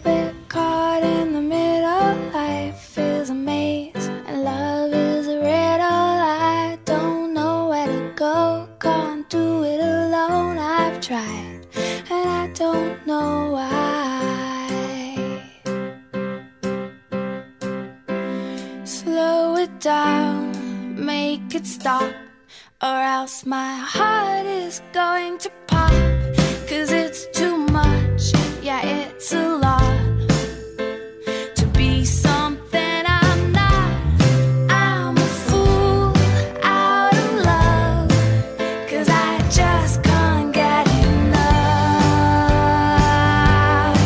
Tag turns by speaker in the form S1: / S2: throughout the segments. S1: bit caught in the middle. Life is a maze, and love is a riddle. I don't know where to go, can't do it alone. I've tried, and I don't know why. Slow it down, make it stop, or else my heart is going to pop. Cause it's too much, yeah, it's a lot to be something I'm not. I'm a fool out of love, cause I just can't get enough.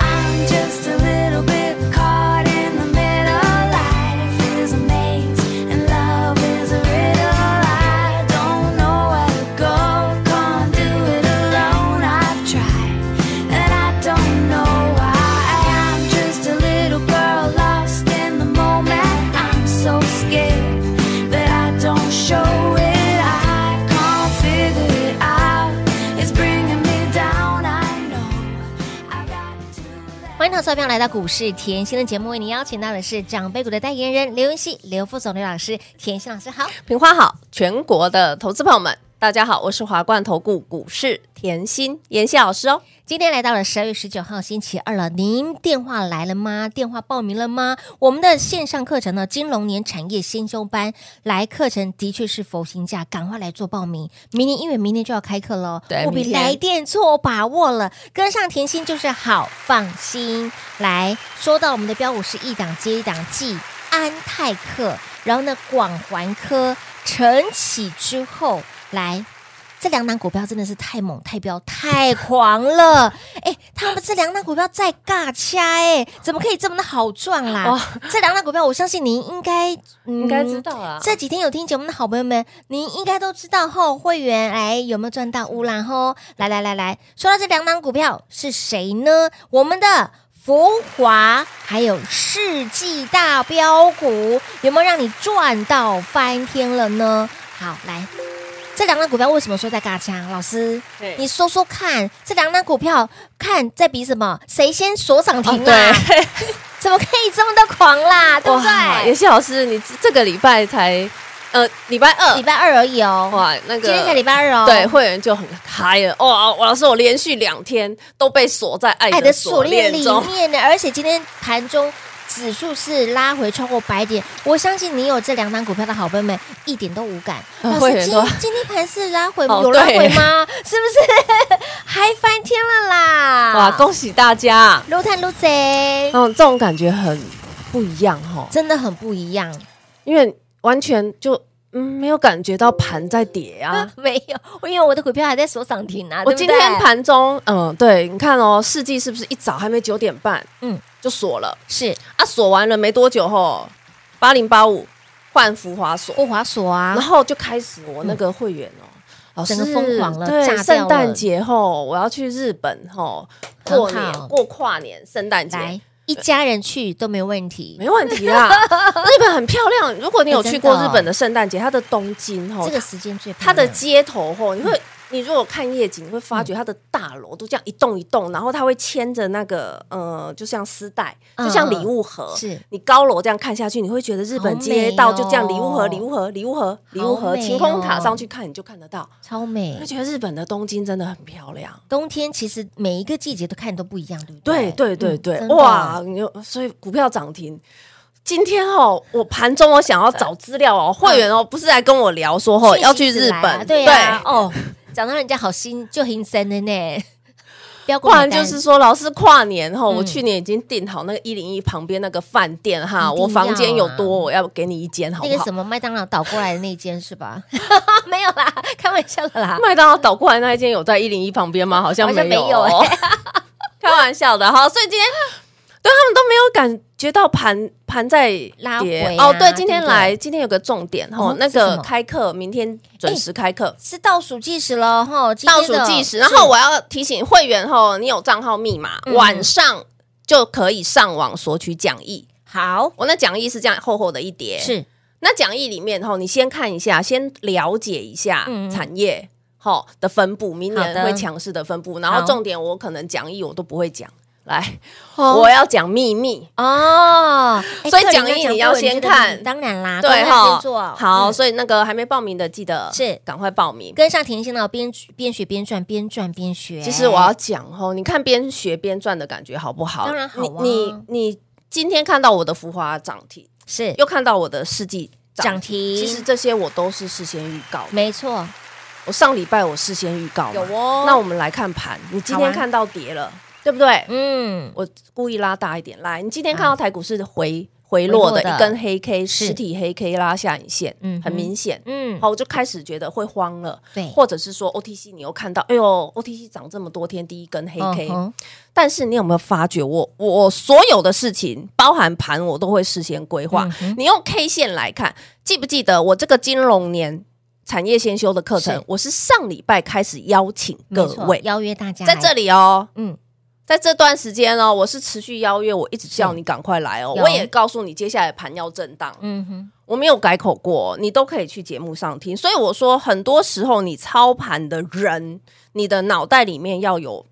S1: I'm just a little bit caught in the middle. Life is a maze and love is a riddle. I don't know where to go, can't do it alone. I've tried and I don't know why. I'm just a little girl lost in the moment. I'm so scared that I don't show it. I can't figure it out. It's bringing me down. I know I've got to. let
S2: 欢迎投资朋友来到股市甜心的节目，为您邀请到的是长辈股的代言人刘云熙、刘副总、刘老师、甜心老师好。
S3: 平花好，全国的投资朋友们，大家好，我是华冠投顾股市甜心妍希老师哦。
S2: 今天来到了十二月十九号星期二了，您电话来了吗？电话报名了吗？我们的线上课程呢，金龙年产业先修班来课程的确是佛行价，赶快来做报名。明年因为明年就要开课了，
S3: 对
S2: 务必
S3: 明天
S2: 来电做把握了，跟上甜心就是好放心。来说到我们的标股是一档接一档，继安泰克，然后呢广环科晨起之后来。这两档股票真的是太猛、太彪、太狂了！ 哎，他们这两档股票在尬掐哎，怎么可以这么的好赚啦？
S3: 哇
S2: 这两档股票，我相信您应该、嗯
S3: 哦应该知道啊
S2: 这几天有听节目的好朋友们，您应该都知道吼，会员哎有没有赚到乌兰吼？来来来来，说到这两档股票是谁呢？我们的。福华还有世纪大标股，有没有让你赚到翻天了呢？好，来这两档股票为什么说在尬枪？老师
S3: 对，
S2: 你说说看，这两档股票看在比什么？谁先锁涨停啊？
S3: 哦对，
S2: 怎么可以这么的狂啦？对不
S3: 哇，妍
S2: 对？
S3: 希老师，你这这个礼拜才呃礼拜二
S2: 礼拜二而已哦，
S3: 哇，那个
S2: 今天才礼拜二哦，
S3: 对，会员就很嗨了哇！我老师，我连续两天都被锁在爱
S2: 爱
S3: 的
S2: 的锁
S3: 锁
S2: 链
S3: 链
S2: 里
S3: 中，
S2: 面呢，而且今天盘中。指数是拉回超过百点，我相信你有这两档股票的好朋友们一点都无感。
S3: 呃
S2: 老
S3: 会
S2: 师，
S3: 员
S2: 今
S3: 都
S2: 今天盘是拉回吗？
S3: 哦
S2: 有拉
S3: 对
S2: 回吗？是不是 还翻天了啦？
S3: 哇！恭喜大家！
S2: 撸探撸贼，
S3: 嗯，这种感觉很不一样哈、哦，
S2: 真的很不一样。
S3: 因为完全就嗯没有感觉到盘在跌啊。
S2: 没有，因为我的股票还在锁涨停啊。
S3: 我
S2: 对不
S3: 今
S2: 对
S3: 天盘中，嗯，对，你看哦，世纪是不是一早还没九点半，
S2: 嗯
S3: 嗯，就锁了
S2: 是
S3: 啊？锁完了没多久后，八零八五换浮华锁，
S2: 不划锁啊嗯
S3: 然，后就开始我那个会员哦，老师
S2: 整个疯狂了炸掉
S3: 对，
S2: 了
S3: 圣诞节后我要去日本后
S2: 很
S3: 过
S2: 好哎
S3: 年过跨年，圣诞节
S2: 来一家人去都没问题。
S3: 没问 题啦。日本很漂亮，如果你有
S2: 哎
S3: 去
S2: 真的
S3: 过
S2: 哦
S3: 日本的圣诞节，它的东京哦
S2: 这，个时间最
S3: 它
S2: 漂
S3: 的
S2: 亮
S3: 街头吼，你会。
S2: 嗯
S3: 你如果看夜景，你会发觉它的大楼都这样一栋一栋，然后它会牵着那个呃，就像丝带，
S2: 嗯
S3: 就像礼物盒。
S2: 是
S3: 你高楼这样看下去，你会觉得日本街
S2: 好
S3: 道
S2: 美哦
S3: 就这样礼物盒、礼物盒、礼物盒、礼物
S2: 好
S3: 盒，
S2: 美哦
S3: 晴空塔上去看你就看得到。
S2: 超
S3: 你会
S2: 美。
S3: 觉得日本的东京真的很漂亮。
S2: 冬天其实每一个季节都看都不一样，对不对？嗯
S3: 对对对对，
S2: 真的
S3: 哇！你就所以股票涨停。今天哦，我盘中我想要找资料哦，会员哦，不是来跟我聊说哦
S2: 讯息
S3: 要去日
S2: 来啊
S3: 本，
S2: 对啊，哦，讲到人家好心就很深的 呢。不要
S3: 不然就是说，老师跨年哈，
S2: 嗯
S3: 我去年已经订好那个一零一旁边那个饭店哈，
S2: 一定要啊
S3: 我房间有多，我要给你一间好
S2: 那
S3: 不
S2: 个
S3: 好
S2: 什？么麦当劳倒过来的那间是 吧？没有啦，开玩笑的啦。
S3: 麦当劳倒过来那一间有在一零一旁边吗？好像
S2: 好像
S3: 没有
S2: 没有
S3: 哦，开玩笑的哈。所以今天对他们都没有感觉到盘盘在
S2: 拉
S3: 跌
S2: 回啊
S3: 哦，对，今
S2: 对
S3: 天
S2: 不对
S3: 来，今天有个重点
S2: 哦
S3: 哦，那
S2: 是什
S3: 个
S2: 么
S3: 开课，明天准时开课，
S2: 是倒数计时了哈，今
S3: 倒
S2: 天
S3: 数
S2: 的
S3: 计时。然后我要提醒会员吼，你有账号密码，
S2: 嗯
S3: 晚上就可以上网索取讲义。
S2: 好
S3: 哦我那讲义是这样厚厚的一叠，
S2: 是
S3: 那讲义里面吼，你先看一下，先了解一下
S2: 嗯
S3: 产业。吼的分布，明
S2: 好的
S3: 年会强势的分布，然后
S2: 好
S3: 重点我可能讲义我都不会讲，来， 我要讲秘密，
S2: 哦，哎
S3: 所以
S2: 客人
S3: 讲义你要
S2: 过人
S3: 先
S2: 家的
S3: 看
S2: 名当然啦，
S3: 对
S2: 哈，
S3: 哈
S2: 啊先做，
S3: 好，
S2: 嗯
S3: 所以那个还没报名的，记得
S2: 是
S3: 赶快报名。
S2: 跟上甜心呢，哦边边学边赚，边赚边学。
S3: 其实我要讲哦，你看边学边赚的感觉好不好？
S2: 当然好啊
S3: 你你你今天看到我的浮华涨停，
S2: 是
S3: 又看到我的世纪
S2: 涨
S3: 涨停，
S2: 停，嗯
S3: 其实这些我都是事先预告的。
S2: 没错，
S3: 我上礼拜我事先预告嘛
S2: 有哦
S3: 那我们来看盘，你今
S2: 好啊
S3: 天看到跌了，对不对？
S2: 嗯，
S3: 我故意拉大一点，来，你今天
S2: 好
S3: 看到台股是回回落
S2: 嗯
S3: 的
S2: 回落的
S3: 一根黑 K，
S2: 是
S3: 实体黑 K 拉下影线，
S2: 嗯哼
S3: 很明显。
S2: 嗯，哎
S3: 好，我就开始觉得会慌了，
S2: 对
S3: 或者是说 OTC 你又看到，哎呦，OTC 涨这么多天，第一根黑
S2: 嗯
S3: K，、
S2: 哼
S3: 但是你有没有发觉我，我所有的事情，包含盘，我都会事先规划。
S2: 嗯哼
S3: 你用 K 线来看，记不记得我这个金融年产业先修的课程，
S2: 是
S3: 我是上礼拜开始邀请各
S2: 没错
S3: 位
S2: 邀约大家
S3: 在这
S2: 里，
S3: 里哦，
S2: 嗯，
S3: 在这段时间哦，我是持续邀约，我一直叫你赶快来哦，
S2: 有
S3: 我也告诉你接下来盘要震荡，
S2: 嗯哼，
S3: 我没有改口过，你都可以去节目上听。所以我说，很多时候你操盘的人，你的脑袋里面要有嘖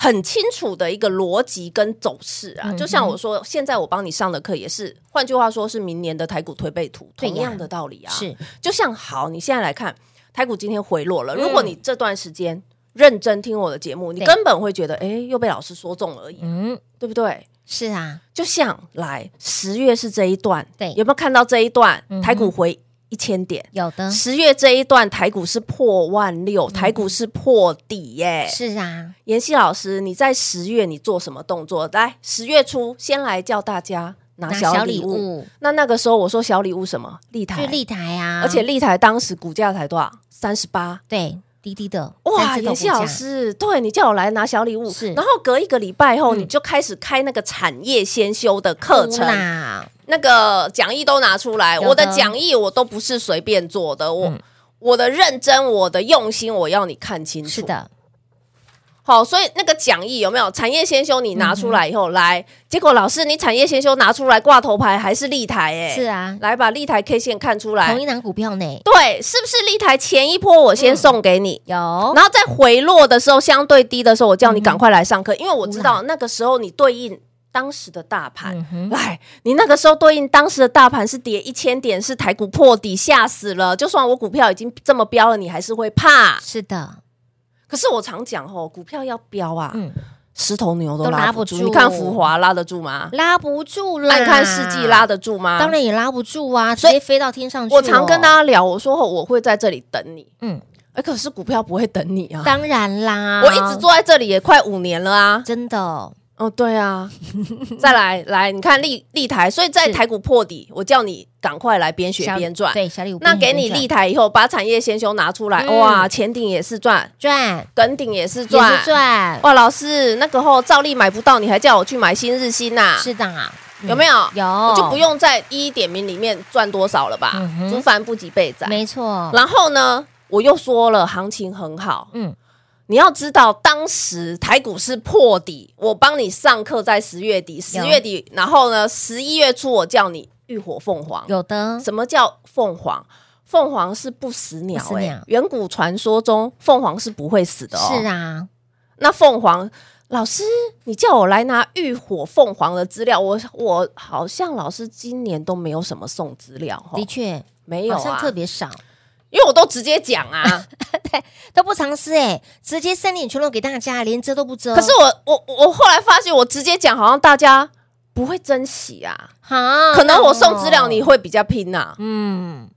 S3: 很清楚的一个逻辑跟走势啊。
S2: 嗯哼
S3: 就像我说，现在我帮你上的课也是，换句话说是明年的台股推背图，
S2: 对呀
S3: 同样的道理啊。，
S2: 是
S3: 就像好，你现在来看台股今天回落了，如果
S2: 嗯
S3: 你这段时间认真听我的节目，你
S2: 对
S3: 根本会觉得，哎、又被老师说中而已，
S2: 嗯，
S3: 对不对？
S2: 是啊，
S3: 就像来十月是这一段，
S2: 对
S3: 有没有看到这一段
S2: 嗯哼嗯
S3: 台股回一千点？
S2: 有的
S3: 十月这一段台股是破万六，台股是破底耶。
S2: 嗯是啊，
S3: 妍希老师，你在十月你做什么动作？来，十月初先来叫大家拿小礼物。那那个时候我说小礼物什么？立
S2: 去
S3: 台，
S2: 立台啊，
S3: 而且立台当时股价才多少？三十八。
S2: 对滴滴的三
S3: 哇，
S2: 字头
S3: 妍希
S2: 股价
S3: 老师，对你叫我来拿小礼物，
S2: 是
S3: 然后隔一个礼拜后，
S2: 嗯
S3: 你就开始开那个产业先修的课程，
S2: 哭啦，
S3: 那个讲义都拿出来，
S2: 有的
S3: 我的讲义我都不是随便做的，我、
S2: 嗯
S3: 我的认真，我的用心，我要你看清楚。
S2: 是，的，
S3: 好，所以那个讲义有没有产业先修？你拿出来以后、
S2: 嗯
S3: 来，结果老师你产业先修拿出来挂头牌还是立台、欸？哎，
S2: 是啊，
S3: 来把立台 K 线看出来
S2: 同一，嗯档股票呢
S3: 对，是不是立台前一波我先送给你？
S2: 有，
S3: 然后在回落的时候，相对低的时候，我叫你赶快来上课，因为我知
S2: 乌
S3: 道那个时候你对应当时的大盘。
S2: 嗯哼，
S3: 来，你那个时候对应当时的大盘是跌一千点，是台股破底，吓死了。就算我股票已经这么飙了，你还是会怕。
S2: 是的，
S3: 可是我常讲吼，股票要飙啊，
S2: 嗯，
S3: 十头牛都
S2: 都拉
S3: 拉
S2: 不
S3: 不住。啊
S2: 住
S3: 你看浮华拉得住吗？
S2: 拉不住啦，
S3: 那你看世纪拉。得住吗？
S2: 当。然也拉不住啊，直
S3: 所以
S2: 接飞到天上去哦了。
S3: 我常跟大家聊，我说吼我会在这里等你，
S2: 嗯，
S3: 哎，可是股票不会等你啊。
S2: 当然啦，
S3: 我一直坐在这里也快五年了啊。
S2: 真的
S3: 哦，对 啊，再来来，你看立立台，所以在
S2: 是
S3: 台股破底，我叫你赶快来边学
S2: 小
S3: 边赚。
S2: 对，小礼物
S3: 那给你
S2: 边
S3: 立台以后，把产业先修拿出来，
S2: 嗯
S3: 哇，前顶也是赚，
S2: 赚
S3: 梗顶也是
S2: 也
S3: 赚
S2: 是，赚，
S3: 哇，老师那个后照例买不到，你还叫我去买新日新呐、
S2: 是的啊，嗯
S3: 有没有？
S2: 有，
S3: 我就不，用在一一点名里面赚多少了吧
S2: 嗯哼？
S3: 竹凡不及被宰。
S2: 没错，
S3: 然后呢，我又说了，行情很好，
S2: 嗯，
S3: 你要知道，当时台股是破底，我帮你上课在十月底，十月底，然后呢，十一月初我叫你浴火凤凰，
S2: 有的
S3: 什么叫凤凰？凤凰是不死鸟、
S2: 不死鸟
S3: 哎，远古传说中凤凰是不会死的哦。
S2: 是啊，
S3: 那凤凰老师，你叫我来拿浴火凤凰的资料，我我好像老师今年都没有什么送资料哦
S2: 的，确
S3: 没有
S2: 好像
S3: 啊
S2: 特，别少，
S3: 因为我都直接讲啊。
S2: 都不藏私哎，直接三点全露给大家，连遮都不遮。
S3: 可是我我我我后来发现，我直接讲好像大家不会珍惜啊，
S2: 好，
S3: 可能我送资料
S2: 那
S3: 你会比较拼呐、
S2: 嗯，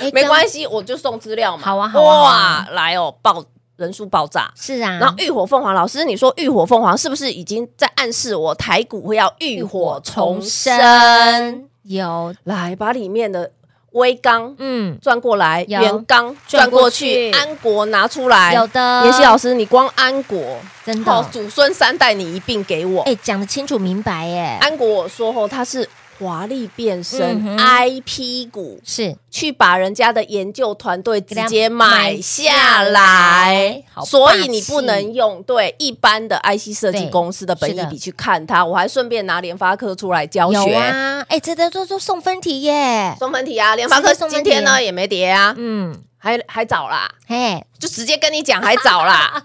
S2: 哎
S3: 没关
S2: 系，
S3: 系，我就送资料嘛。
S2: 好啊好啊好
S3: 哇，来哦，爆人数爆炸。
S2: 是啊，
S3: 然后浴火凤凰老师，你说浴火凤凰是不是已经在暗示我台股会要浴火重生？
S2: 有，
S3: 来，把里面的微钢
S2: 嗯，
S3: 转过来，
S2: 有
S3: 元钢
S2: 转
S3: 转
S2: 过
S3: 过
S2: 去
S3: 去，安国拿出来。
S2: 有的
S3: 妍希老师，你光安国，
S2: 真的
S3: 好，祖孙三代你一并给我。
S2: 哎，讲的清楚明白哎，
S3: 安国我说后，它是华丽变身、
S2: 嗯哼
S3: IP 股，
S2: 是
S3: 去把人家的研究团队直接买下
S2: 给他买下来
S3: 来
S2: 好霸，气
S3: 所以你不能用对一般的 IC 设计公司的本益
S2: 是的
S3: 比去看它。我还顺便拿联发科出来教
S2: 有
S3: 学。
S2: 啊，哎，这都都都送分题耶，
S3: 送分题啊，联发
S2: 直
S3: 科
S2: 接送分
S3: 今
S2: 题
S3: 天呢也没跌啊，
S2: 嗯，
S3: 还还早啦，
S2: 嘿，
S3: 就直接跟你讲还早 啦，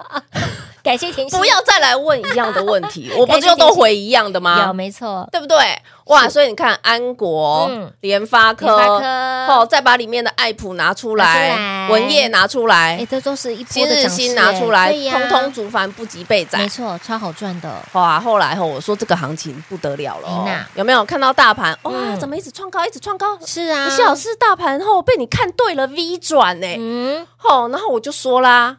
S2: 感谢甜心，
S3: 不要再来问一样的问 题，我不就都回一样的
S2: 有
S3: 吗？
S2: 没错，
S3: 对不对？哇，所以你看安国
S2: 嗯、
S3: 联
S2: 联发
S3: 发科
S2: 科，
S3: 哦，再把里面的爱普拿出
S2: 拿
S3: 来，
S2: 出来
S3: 文业拿出来
S2: 哎，，这都是一波
S3: 今
S2: 的涨
S3: 日
S2: 势哎
S3: 新拿出来，
S2: 对呀
S3: 通通竹凡不及被宰
S2: 没。错，超好赚的，哦
S3: 哇！后来吼，我说这个行情不得了了
S2: 哎
S3: 哦
S2: 那，
S3: 有没有看到大盘？哇，
S2: 嗯
S3: 怎么一直创高，一直创高？
S2: 是啊，
S3: 吴老师，大盘后被你看对了，V 转呢？
S2: 嗯，
S3: 吼，然后我就说啦，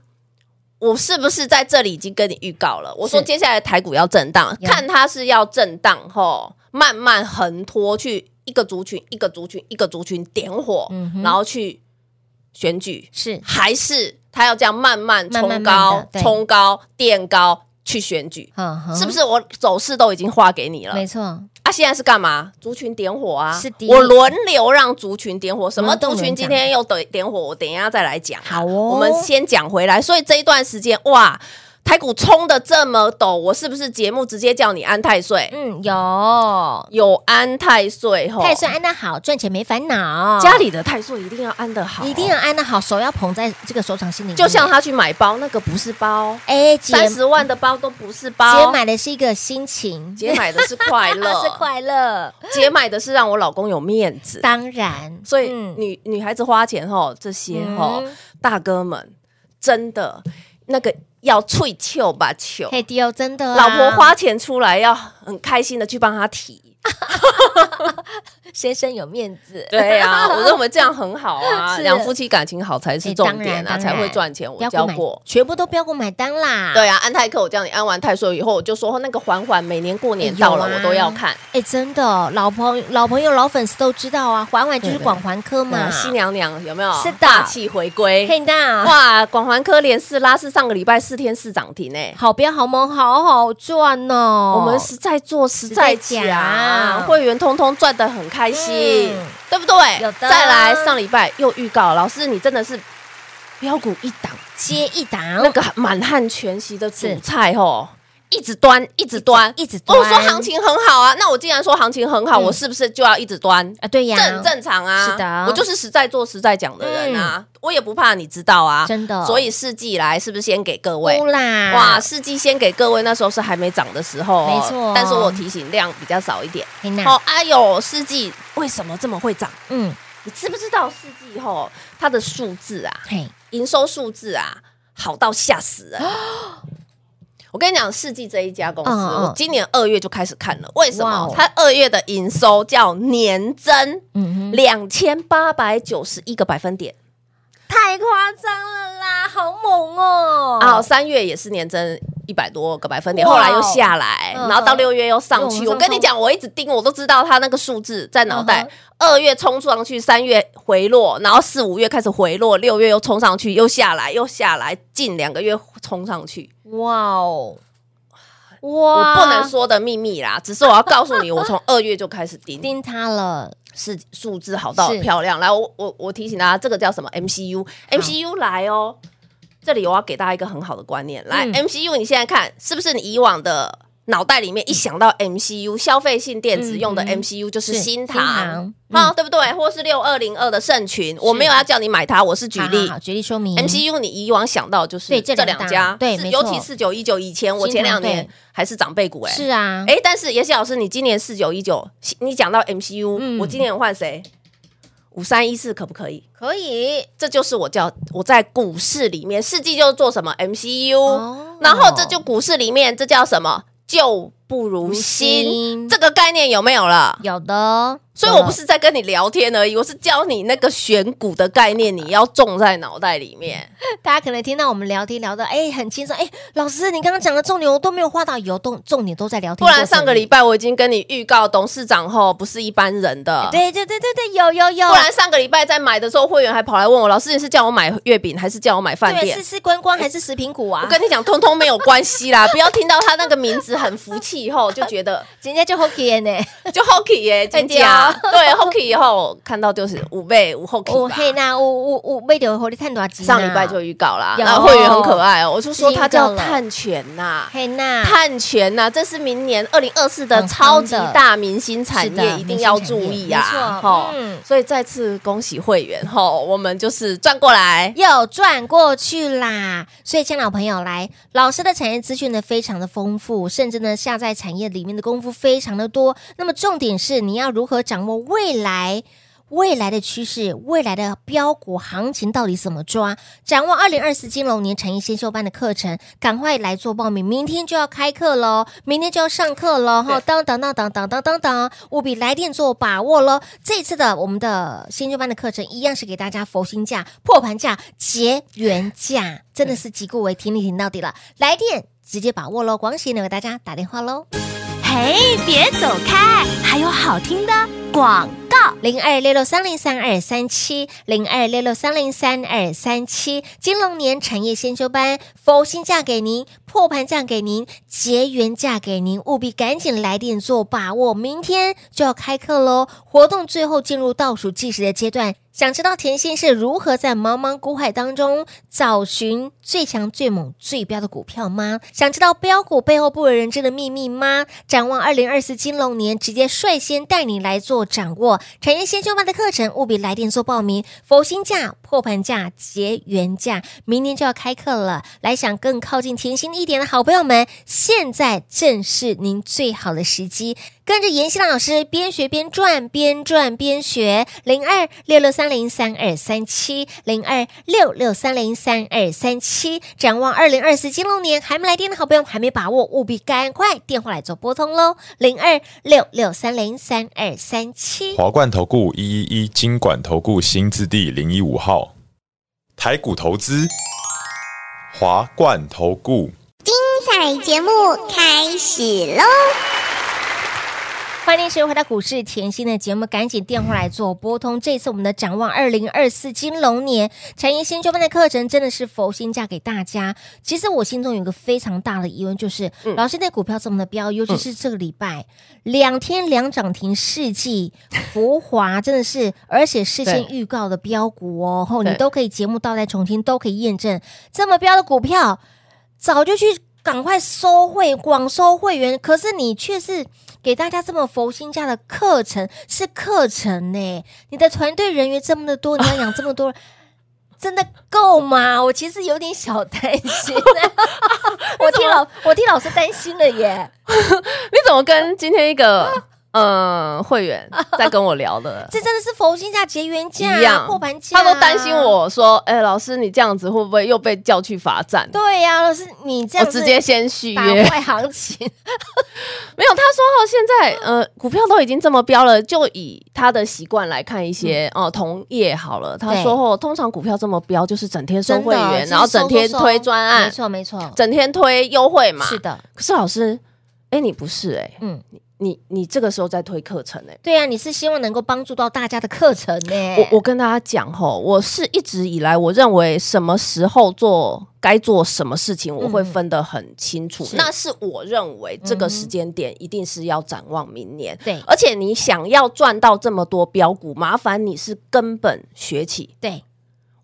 S3: 我是不是在这里已经跟你预告了？我说
S2: 是
S3: 接下来台股要震荡，
S2: 有
S3: 看它是要震荡吼，慢慢横拖去一个族群一个族群一个族群点火
S2: 嗯哼，
S3: 然后去选举，
S2: 是
S3: 还是他要这样慢慢
S2: 慢慢
S3: 冲
S2: 慢
S3: 高
S2: 地、对
S3: 冲高、垫高去选举？
S2: 嗯哼，
S3: 是不是我走势都已经画给你了
S2: 没错，
S3: 啊？现在是干嘛？族群点火啊！
S2: 是的
S3: 我轮流让族群点火。什么
S2: 轮动
S3: 族群
S2: 轮
S3: 今
S2: 涨
S3: 天又点点火？我等一下再来讲啊。
S2: 好哦
S3: 我们先讲回来。所以这一段时间，哇，台股冲的这么陡，我是不是节目直接叫你安太岁？
S2: 嗯，有
S3: 有安太岁吼，
S2: 太岁安得好，赚钱没烦恼，
S3: 家里的太岁一定要安得好，
S2: 一定要安得好，手要捧在这个手掌心里面，
S3: 就像他去买包，那个不是包。
S2: 哎，姐
S3: 三十万的包都不是
S2: 姐
S3: 包，
S2: 买的是一个心情，
S3: 姐买的 是快乐，
S2: 是快乐，
S3: 姐买的是让我老公有面子。
S2: 当然，
S3: 所以
S2: 嗯
S3: 女、女孩子花钱吼，这些吼、
S2: 嗯
S3: 大哥们真的那个要脆球吧球，
S2: 嘿迪欧真的啊，
S3: 老婆花钱出来要很开心的去帮 他提。
S2: 先生有面子，
S3: 对 啊，我认为这样很好啊，
S2: 是
S3: 两夫妻感情好才是
S2: 哎
S3: 重
S2: 当然
S3: 点啊，
S2: 当然
S3: 才会赚钱。我
S2: 标
S3: 教
S2: 股买
S3: 过，
S2: 全部都标股买单啦，
S3: 对啊，安泰克我叫你安完太岁以后，我就说那个缓缓，每年过年到了
S2: 哎有啊
S3: 我都要看。
S2: 哎、真的哦、老朋老朋友、老粉丝都知道啊，环环就是广环科嘛，
S3: 嘛，新娘娘有没有？
S2: 啊是的
S3: 大气回归。
S2: 看到
S3: 哇，广环科连四拉是上个礼拜四天四涨停欸诶、
S2: 好标好猛，好好赚哦。
S3: 我们实在做实在
S2: 实在讲
S3: 讲，会员通通赚得很开心，
S2: 嗯
S3: 对不对？
S2: 有的
S3: 再来上礼拜又预告，老师你真的是标股一档，
S2: 接一档，
S3: 那个满汉全席的
S2: 是
S3: 主菜吼。一直端，一直端，
S2: 一直端
S3: 我哦说行情很好啊，那我既然说行情很好，
S2: 嗯
S3: 我是不是就要一直端？
S2: 啊，对呀，
S3: 正正常啊，
S2: 是的嗯
S3: 我就是实在做实在讲的人啊，我也不怕你知道啊，
S2: 真的
S3: 所以世纪来是不是先给各位
S2: 哭？啦，
S3: 哇，，世纪先给各位，那时候是还没涨的时候哦、
S2: 啊没错
S3: 但是我提醒量比较少一点。
S2: 黑娜，
S3: 哦，哎呦，世纪为什么这么会涨？
S2: 嗯，
S3: 你知不知道世纪吼、哦它的数字啊，
S2: 嘿，
S3: 营收数字啊，好到吓死 人。我跟你讲，世纪这一家公司，
S2: 嗯嗯
S3: 我今年二月就开始看了。为什
S2: 哇
S3: 么
S2: 哦？
S3: 它二月的营收叫年增
S2: 嗯哼，
S3: 两千八百九十一个百分点
S2: 太夸张了啦，好猛哦，
S3: 啊，三月也是年增一百多个百分点，
S2: 哇哦
S3: 后来又下来，
S2: 嗯
S3: 然后到六月又上
S2: 嗯
S3: 去。
S2: 嗯
S3: 我跟你讲，我一直盯，我都知道它那个数字在脑
S2: 嗯
S3: 袋。二月冲上去，三月回落，然后四五月开始回落，六月又冲上去，又下来，又下来，近两个月冲上去。
S2: 哇哦，哇，
S3: 我不能说的秘密啦，只是我要告诉你，我从二月就开始 盯，
S2: 盯他了，
S3: 是数字好到
S2: 是
S3: 很漂亮。来，我我我提醒大家，这个叫什么？MCU，MCU 来哦。这里我要给大家一个很好的观念，来、
S2: 嗯
S3: MCU，你现在看是不是你以往的脑袋里面一想到 MCU 消费性电
S2: 嗯
S3: 子
S2: 嗯
S3: 用的 MCU 就是
S2: 是
S3: 新
S2: 新
S3: 唐
S2: 唐，嗯
S3: 好、对不对？或是六二零二的盛群，我没有要叫你买它，我是举
S2: 好
S3: 例
S2: 好。好举例说明
S3: MCU 你以往想到就是
S2: 对这
S3: 这
S2: 两
S3: 两
S2: 大
S3: 家，
S2: 对
S3: 是
S2: 没
S3: 尤
S2: 错
S3: 其四九一九以前，我
S2: 新
S3: 前
S2: 唐
S3: 两年
S2: 对
S3: 还是长辈股哎、
S2: 是啊，
S3: 哎、但是妍希老师，你今年四九一九，你讲到 MCU，、
S2: 嗯
S3: 我今年换谁？五三一四可不可以？
S2: 可以，
S3: 这就是我叫我在股市里面，世纪就是做什么 MCU，、
S2: 哦
S3: 然后这就股市里面这叫什么？旧不如
S2: 如
S3: 新
S2: 新，
S3: 这个概念有没有了？
S2: 有的，
S3: 所以我不是在跟你聊天而已，我是教你那个选股的概念，你要种在脑袋里面。
S2: 大家可能听到我们聊天聊的，哎、很轻松。哎、老师，你刚刚讲的重点我都没有画到有重重点都在聊天
S3: 不
S2: 过程
S3: 然
S2: 里。
S3: 上个礼拜我已经跟你预告，董事长后不是一般人的。
S2: 对对对对对，有有有，
S3: 不然上个礼拜在买的时候，会员还跑来问我，老师你是叫我买月饼还是叫我买饭
S2: 对
S3: 店
S2: 是？是观光还是食品股啊？
S3: 我跟你讲，通通没有关系啦，不要听到他那个名字很福气以后，就觉得
S2: 人家就 Hockey 呢，
S3: 就 hockey 耶，真假
S2: 哎对
S3: 对 hockey 以后看到就是五倍五 hockey
S2: 我
S3: 吧
S2: 哦嘿那我我我被流火力探啊多
S3: 上礼拜就预告啦，
S2: 有
S3: 然后会员很可爱哦，我就说
S2: 已经
S3: 它
S2: 预告
S3: 叫
S2: 了
S3: 探犬呐、
S2: 嘿 那
S3: 探犬呐、这是明年二零二四的
S2: 很夯
S3: 超级
S2: 的
S3: 大明星产
S2: 是
S3: 业，
S2: 的
S3: 一定要注意呀、
S2: 没
S3: 啊！
S2: 错
S3: 吼
S2: 嗯
S3: 所以再次恭喜会员吼，我们就是转过来，
S2: 又转过去啦。所以，亲爱的老朋友，来老师的产业资讯呢非常的丰富，甚至呢下在产业里面的功夫非常的多。那么重点是你要如何掌握未来。未来的趋势，未来的标股行情到底怎么抓？展望二零二四金融年产业先修班的课程，赶快来做报名，明天就要开课喽，明天就要上课喽！哈，当当当当当当当当，务必来电做把握喽！这次的我们的先修班的课程，一样是给大家佛心价、破盘价、结缘价，真的是极固为挺你挺到底了，来电直接把握喽！广喜呢为大家打电话喽。
S4: 嘿，别走开，还有好听的广告。
S2: 零二六六三零三二三七，零二六六三零三二三七，金龙年产业先修班，佛心价给您，破盘价给您，结缘价给您，务必赶紧来电做把握，明天就要开课喽！活动最后进入倒数计时的阶段。想知道甜心是如何在茫茫股海当中找寻最强、最猛、最标的股票吗？想知道标股背后不为人知的秘密吗？展望二零二四金龙年，直接率先带你来做掌握产业先修班的课程，务必来电做报名。佛心价、破盘价、结缘价，明年就要开课了。来想更靠近甜心一点的好朋友们，现在正是您最好的时机。跟着妍希老师边学边赚，边赚边学。零二六六三零三二三七，零二六六三零三二三七。展望二零二四金龙年，还没来电的好朋友们还没把握，务必赶快电话来做拨通喽。零二六六三零三二三七。
S5: 华冠投顾一一一金管投顾新字第零一五号，台股投资，华冠投顾。
S6: 彩节目开始喽！
S2: 欢迎收回到股市甜心的节目，赶紧电话来做拨通。这次我们的展望二零二四金龙年产业先修班的课程，真的是佛心价给大家。其实我心中有一个非常大的疑问，就是、
S3: 嗯
S2: 老师那股票这么的飙，尤其是这个礼拜、两天两涨停，世纪浮华真的是，而且事先
S3: 对
S2: 预告的标股哦，后你
S3: 对
S2: 都可以节目倒带重听，都可以验证这么标的股票。早就去赶快收会，广收会员。可是你却是给大家这么佛心价的课程，是课程呢、你的团队人员这么的多，你要养这么多人。 真的够吗？我其实有点小担心、啊 我替老我替老师担心了耶。
S3: 你怎么跟今天一个嗯、呃会员在跟我聊 的？
S2: 这真的是佛心价、结缘
S3: 一
S2: 价、
S3: 样
S2: 破啊盘价，
S3: 他都担心。我说：“哎、老师，你这样子会不会又被叫去罚站？”
S2: 对呀、老师，你这
S3: 我
S2: 样子
S3: 直接先续
S2: 打
S3: 约，
S2: 坏行情，
S3: 没有，他说哦，现在呃，股票都已经这么飙了，就以他的习惯来看一些
S2: 嗯
S3: 哦、同业好了。他
S2: 对
S3: 说哦，通常股票这么飙，就是整天收
S2: 真的
S3: 会员，
S2: 就是
S3: 然后整
S2: 收
S3: 天
S2: 收收
S3: 推专案
S2: 没，错没错，
S3: 整天推优惠嘛。
S2: 是。的，
S3: 可是老师，哎，你不是哎、
S2: 嗯，
S3: 你你这个时候在推课程哎、
S2: 对呀、你是希望能够帮助到大家的课程呢、
S3: 我我跟大家讲吼，我是一直以来我认为什么时候做该做什么事情，我会分得很清楚。
S2: 嗯是嗯
S3: 那是我认为这个时间点一定是要展望明年。
S2: 对
S3: 而且你想要赚到这么多标股，麻烦你是根本学起。
S2: 对，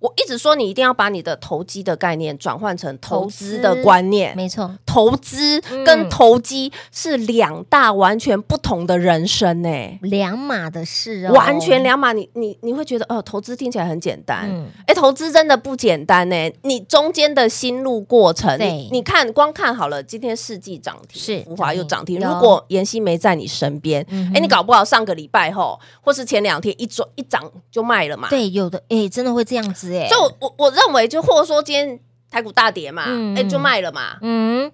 S3: 我一直说你一定要把你的投机的概念转换成投资
S2: 投
S3: 的
S2: 资
S3: 观念。
S2: 没错，嗯
S3: 投资跟投机是两大完全不同的人生呢、欸
S2: 两码的事哦，
S3: 完全两码，你你你会觉得哦，投资听起来很简单，哎、
S2: 嗯
S3: 投资真的不简单呢、你中间的心路过程，
S2: 对
S3: 你你看光看好了，今天世纪涨停，
S2: 是
S3: 福华又涨停。
S2: 有
S3: 如果妍希没在你身边，哎、
S2: 嗯哼
S3: 你搞不好上个礼拜后，或是前两天一转一涨就卖了嘛。，
S2: 对，有的哎，真的会这样子哎，
S3: 所以我我我认为就或者说今天台股大跌嘛，哎、
S2: 嗯
S3: 就卖了嘛。
S2: 嗯，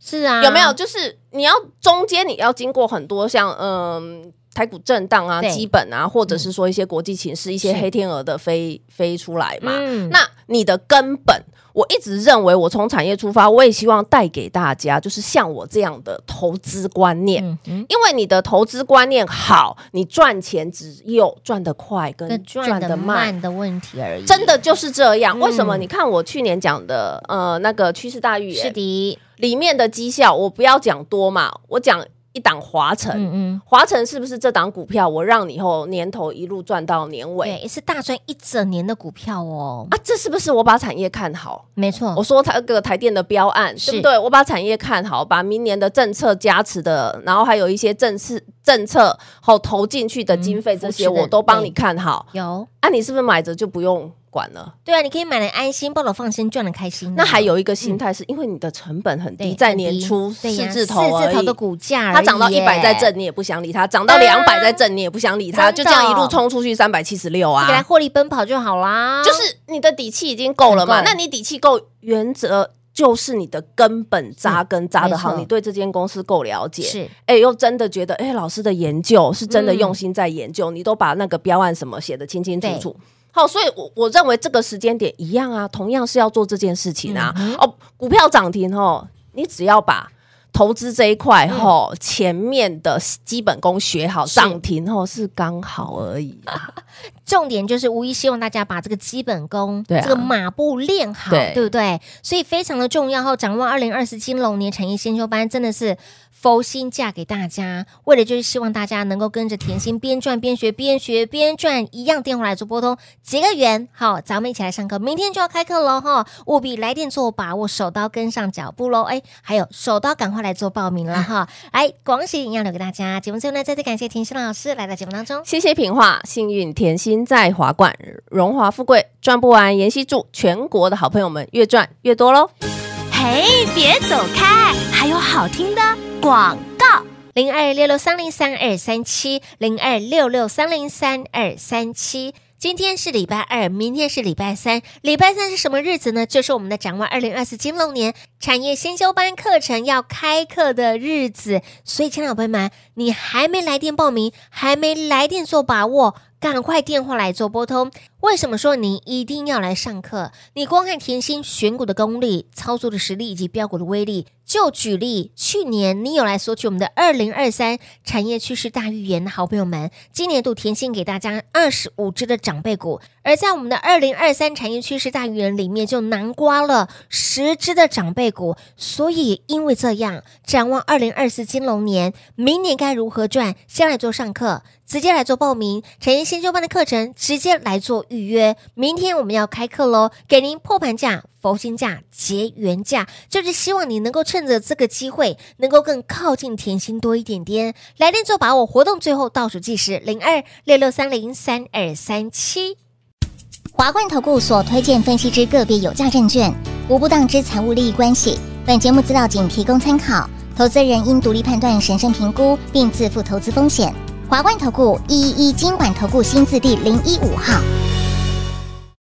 S2: 是啊，
S3: 有没有？？就是你要中间你要经过很多像嗯、台股震荡啊、
S2: 对嗯
S3: 基本啊，或者是说一些国际情势、一些黑天鹅的飞飞出来嘛。
S2: 嗯
S3: 那你的根本，我一直认为，我从产业出发，我也希望带给大家就是像我这样的投资观念。
S2: 嗯嗯，
S3: 因为你的投资观念好，你赚钱只有赚得快跟
S2: 跟
S3: 赚
S2: 赚
S3: 得
S2: 的
S3: 慢，
S2: 慢的问题而已，
S3: 真的就是这样。为什么？
S2: 嗯
S3: 你看我去年讲的呃那个趋势大预言
S2: 是，的，
S3: 里面的绩效，我不要讲多嘛，我讲一档华晨。
S2: 嗯嗯，
S3: 华晨是不是这档股票？我让你以后年头一路赚到年尾
S2: 对，是大赚一整年的股票哦，
S3: 啊！这是不是我把产业看好？
S2: 没错
S3: 我，说台那个台电的标案，
S2: 嗯是
S3: 对不对？我把产业看好，把明年的政策加持的，然后还有一些政策政策后投进去的经费，
S2: 嗯
S3: 这
S2: 扶持
S3: 些
S2: 的
S3: 我都帮你看好。
S2: 有，
S3: 啊，你是不是买着就不用管了？
S2: 对啊，你可以买了安心，抱了放心，赚了开心啊。
S3: 那还有一个心态是因为你的成本很
S2: 对
S3: 低，在
S2: 很低
S3: 年初
S2: 对呀
S3: 四字头
S2: 四字头
S3: 而已
S2: 的股价而已耶，
S3: 它涨到一百在正，你也不想理它；涨到
S2: 对啊
S3: 两百在正，你也不想理它，
S2: 真的
S3: 就这样一路冲出去三百七十六
S2: 你给它
S3: 啊！
S2: 获利奔跑就好啦。
S3: 就是你的底气已经够了嘛？
S2: 很够
S3: 那你底气够，原则就是你的根本扎根扎
S2: 嗯
S3: 得
S2: 没
S3: 好，
S2: 错
S3: 你对这间公司够了解，
S2: 是
S3: 哎、又真的觉得，哎、老师的研究是真的
S2: 嗯
S3: 用心在研究，你都把那个标案什么写得清清楚
S2: 对
S3: 楚。好，所以我，我认为这个时间点一样啊，同样是要做这件事情啊。
S2: 嗯
S3: 哦，股票涨停哦，你只要把投资这一块哦，前面的基本功学好，
S2: 嗯是
S3: 涨停哦是刚好而已、啊。
S2: 重点就是无疑希望大家把这个基本功，
S3: 对啊
S2: 这个马步练好，
S3: 对
S2: 不对？所以非常的重要。后掌握二零二四金龙年产业先修班，真的是佛心嫁给大家，为了就是希望大家能够跟着甜心边赚边学，边学边赚，一样电话来做拨通，结个缘。好，咱们一起来上课，明天就要开课喽 哈，务必来电做把握，手刀跟上脚步喽。哎，还有手刀赶快来做报名了哈！来，哎广喜一样留给大家。节目最后呢，再次感谢甜心老师来到节目当中。
S3: 谢谢品画，幸运甜心在华冠，荣华富贵赚不完。妍希祝全国的好朋友们越赚越多喽！
S6: 嘿，别走开，还有好听的广告。
S2: 零二六六三零三二三七，零二六六三零三二三七。今天是礼拜二，明天是礼拜三。礼拜三是什么日子呢？就是我们的展望二零二四金龙年产业先修班课程要开课的日子。所以，亲爱的朋友们，你还没来电报名，还没来电做把握，赶快电话来做拨通。为什么说你一定要来上课？你光看甜心选股的功力、操作的实力以及标股的威力，就举例，去年你有来索取我们的二零二三产业趋势大预言的好朋友们，今年度甜心给大家二十五只的长辈股，而在我们的二零二三产业趋势大预言里面就囊括了十只的长辈股，所以也因为这样，展望二零二四金龙年，明年该如何赚，先来做上课。直接来做报名，产业先修班的课程直接来做预约。明天我们要开课喽，给您破盘价、佛心价、结缘价，就是希望你能够趁着这个机会，能够更靠近甜心多一点点。来电做把握，活动最后倒数计时，零二六六三零三二三七。
S7: 华冠投顾所推荐分析之个别有价证券，无不当之财务利益关系。本节目资料仅提供参考，投资人应独立判断、审慎评估，并自负投资风险。华冠投顾一一一金管投顾新字第零一五号。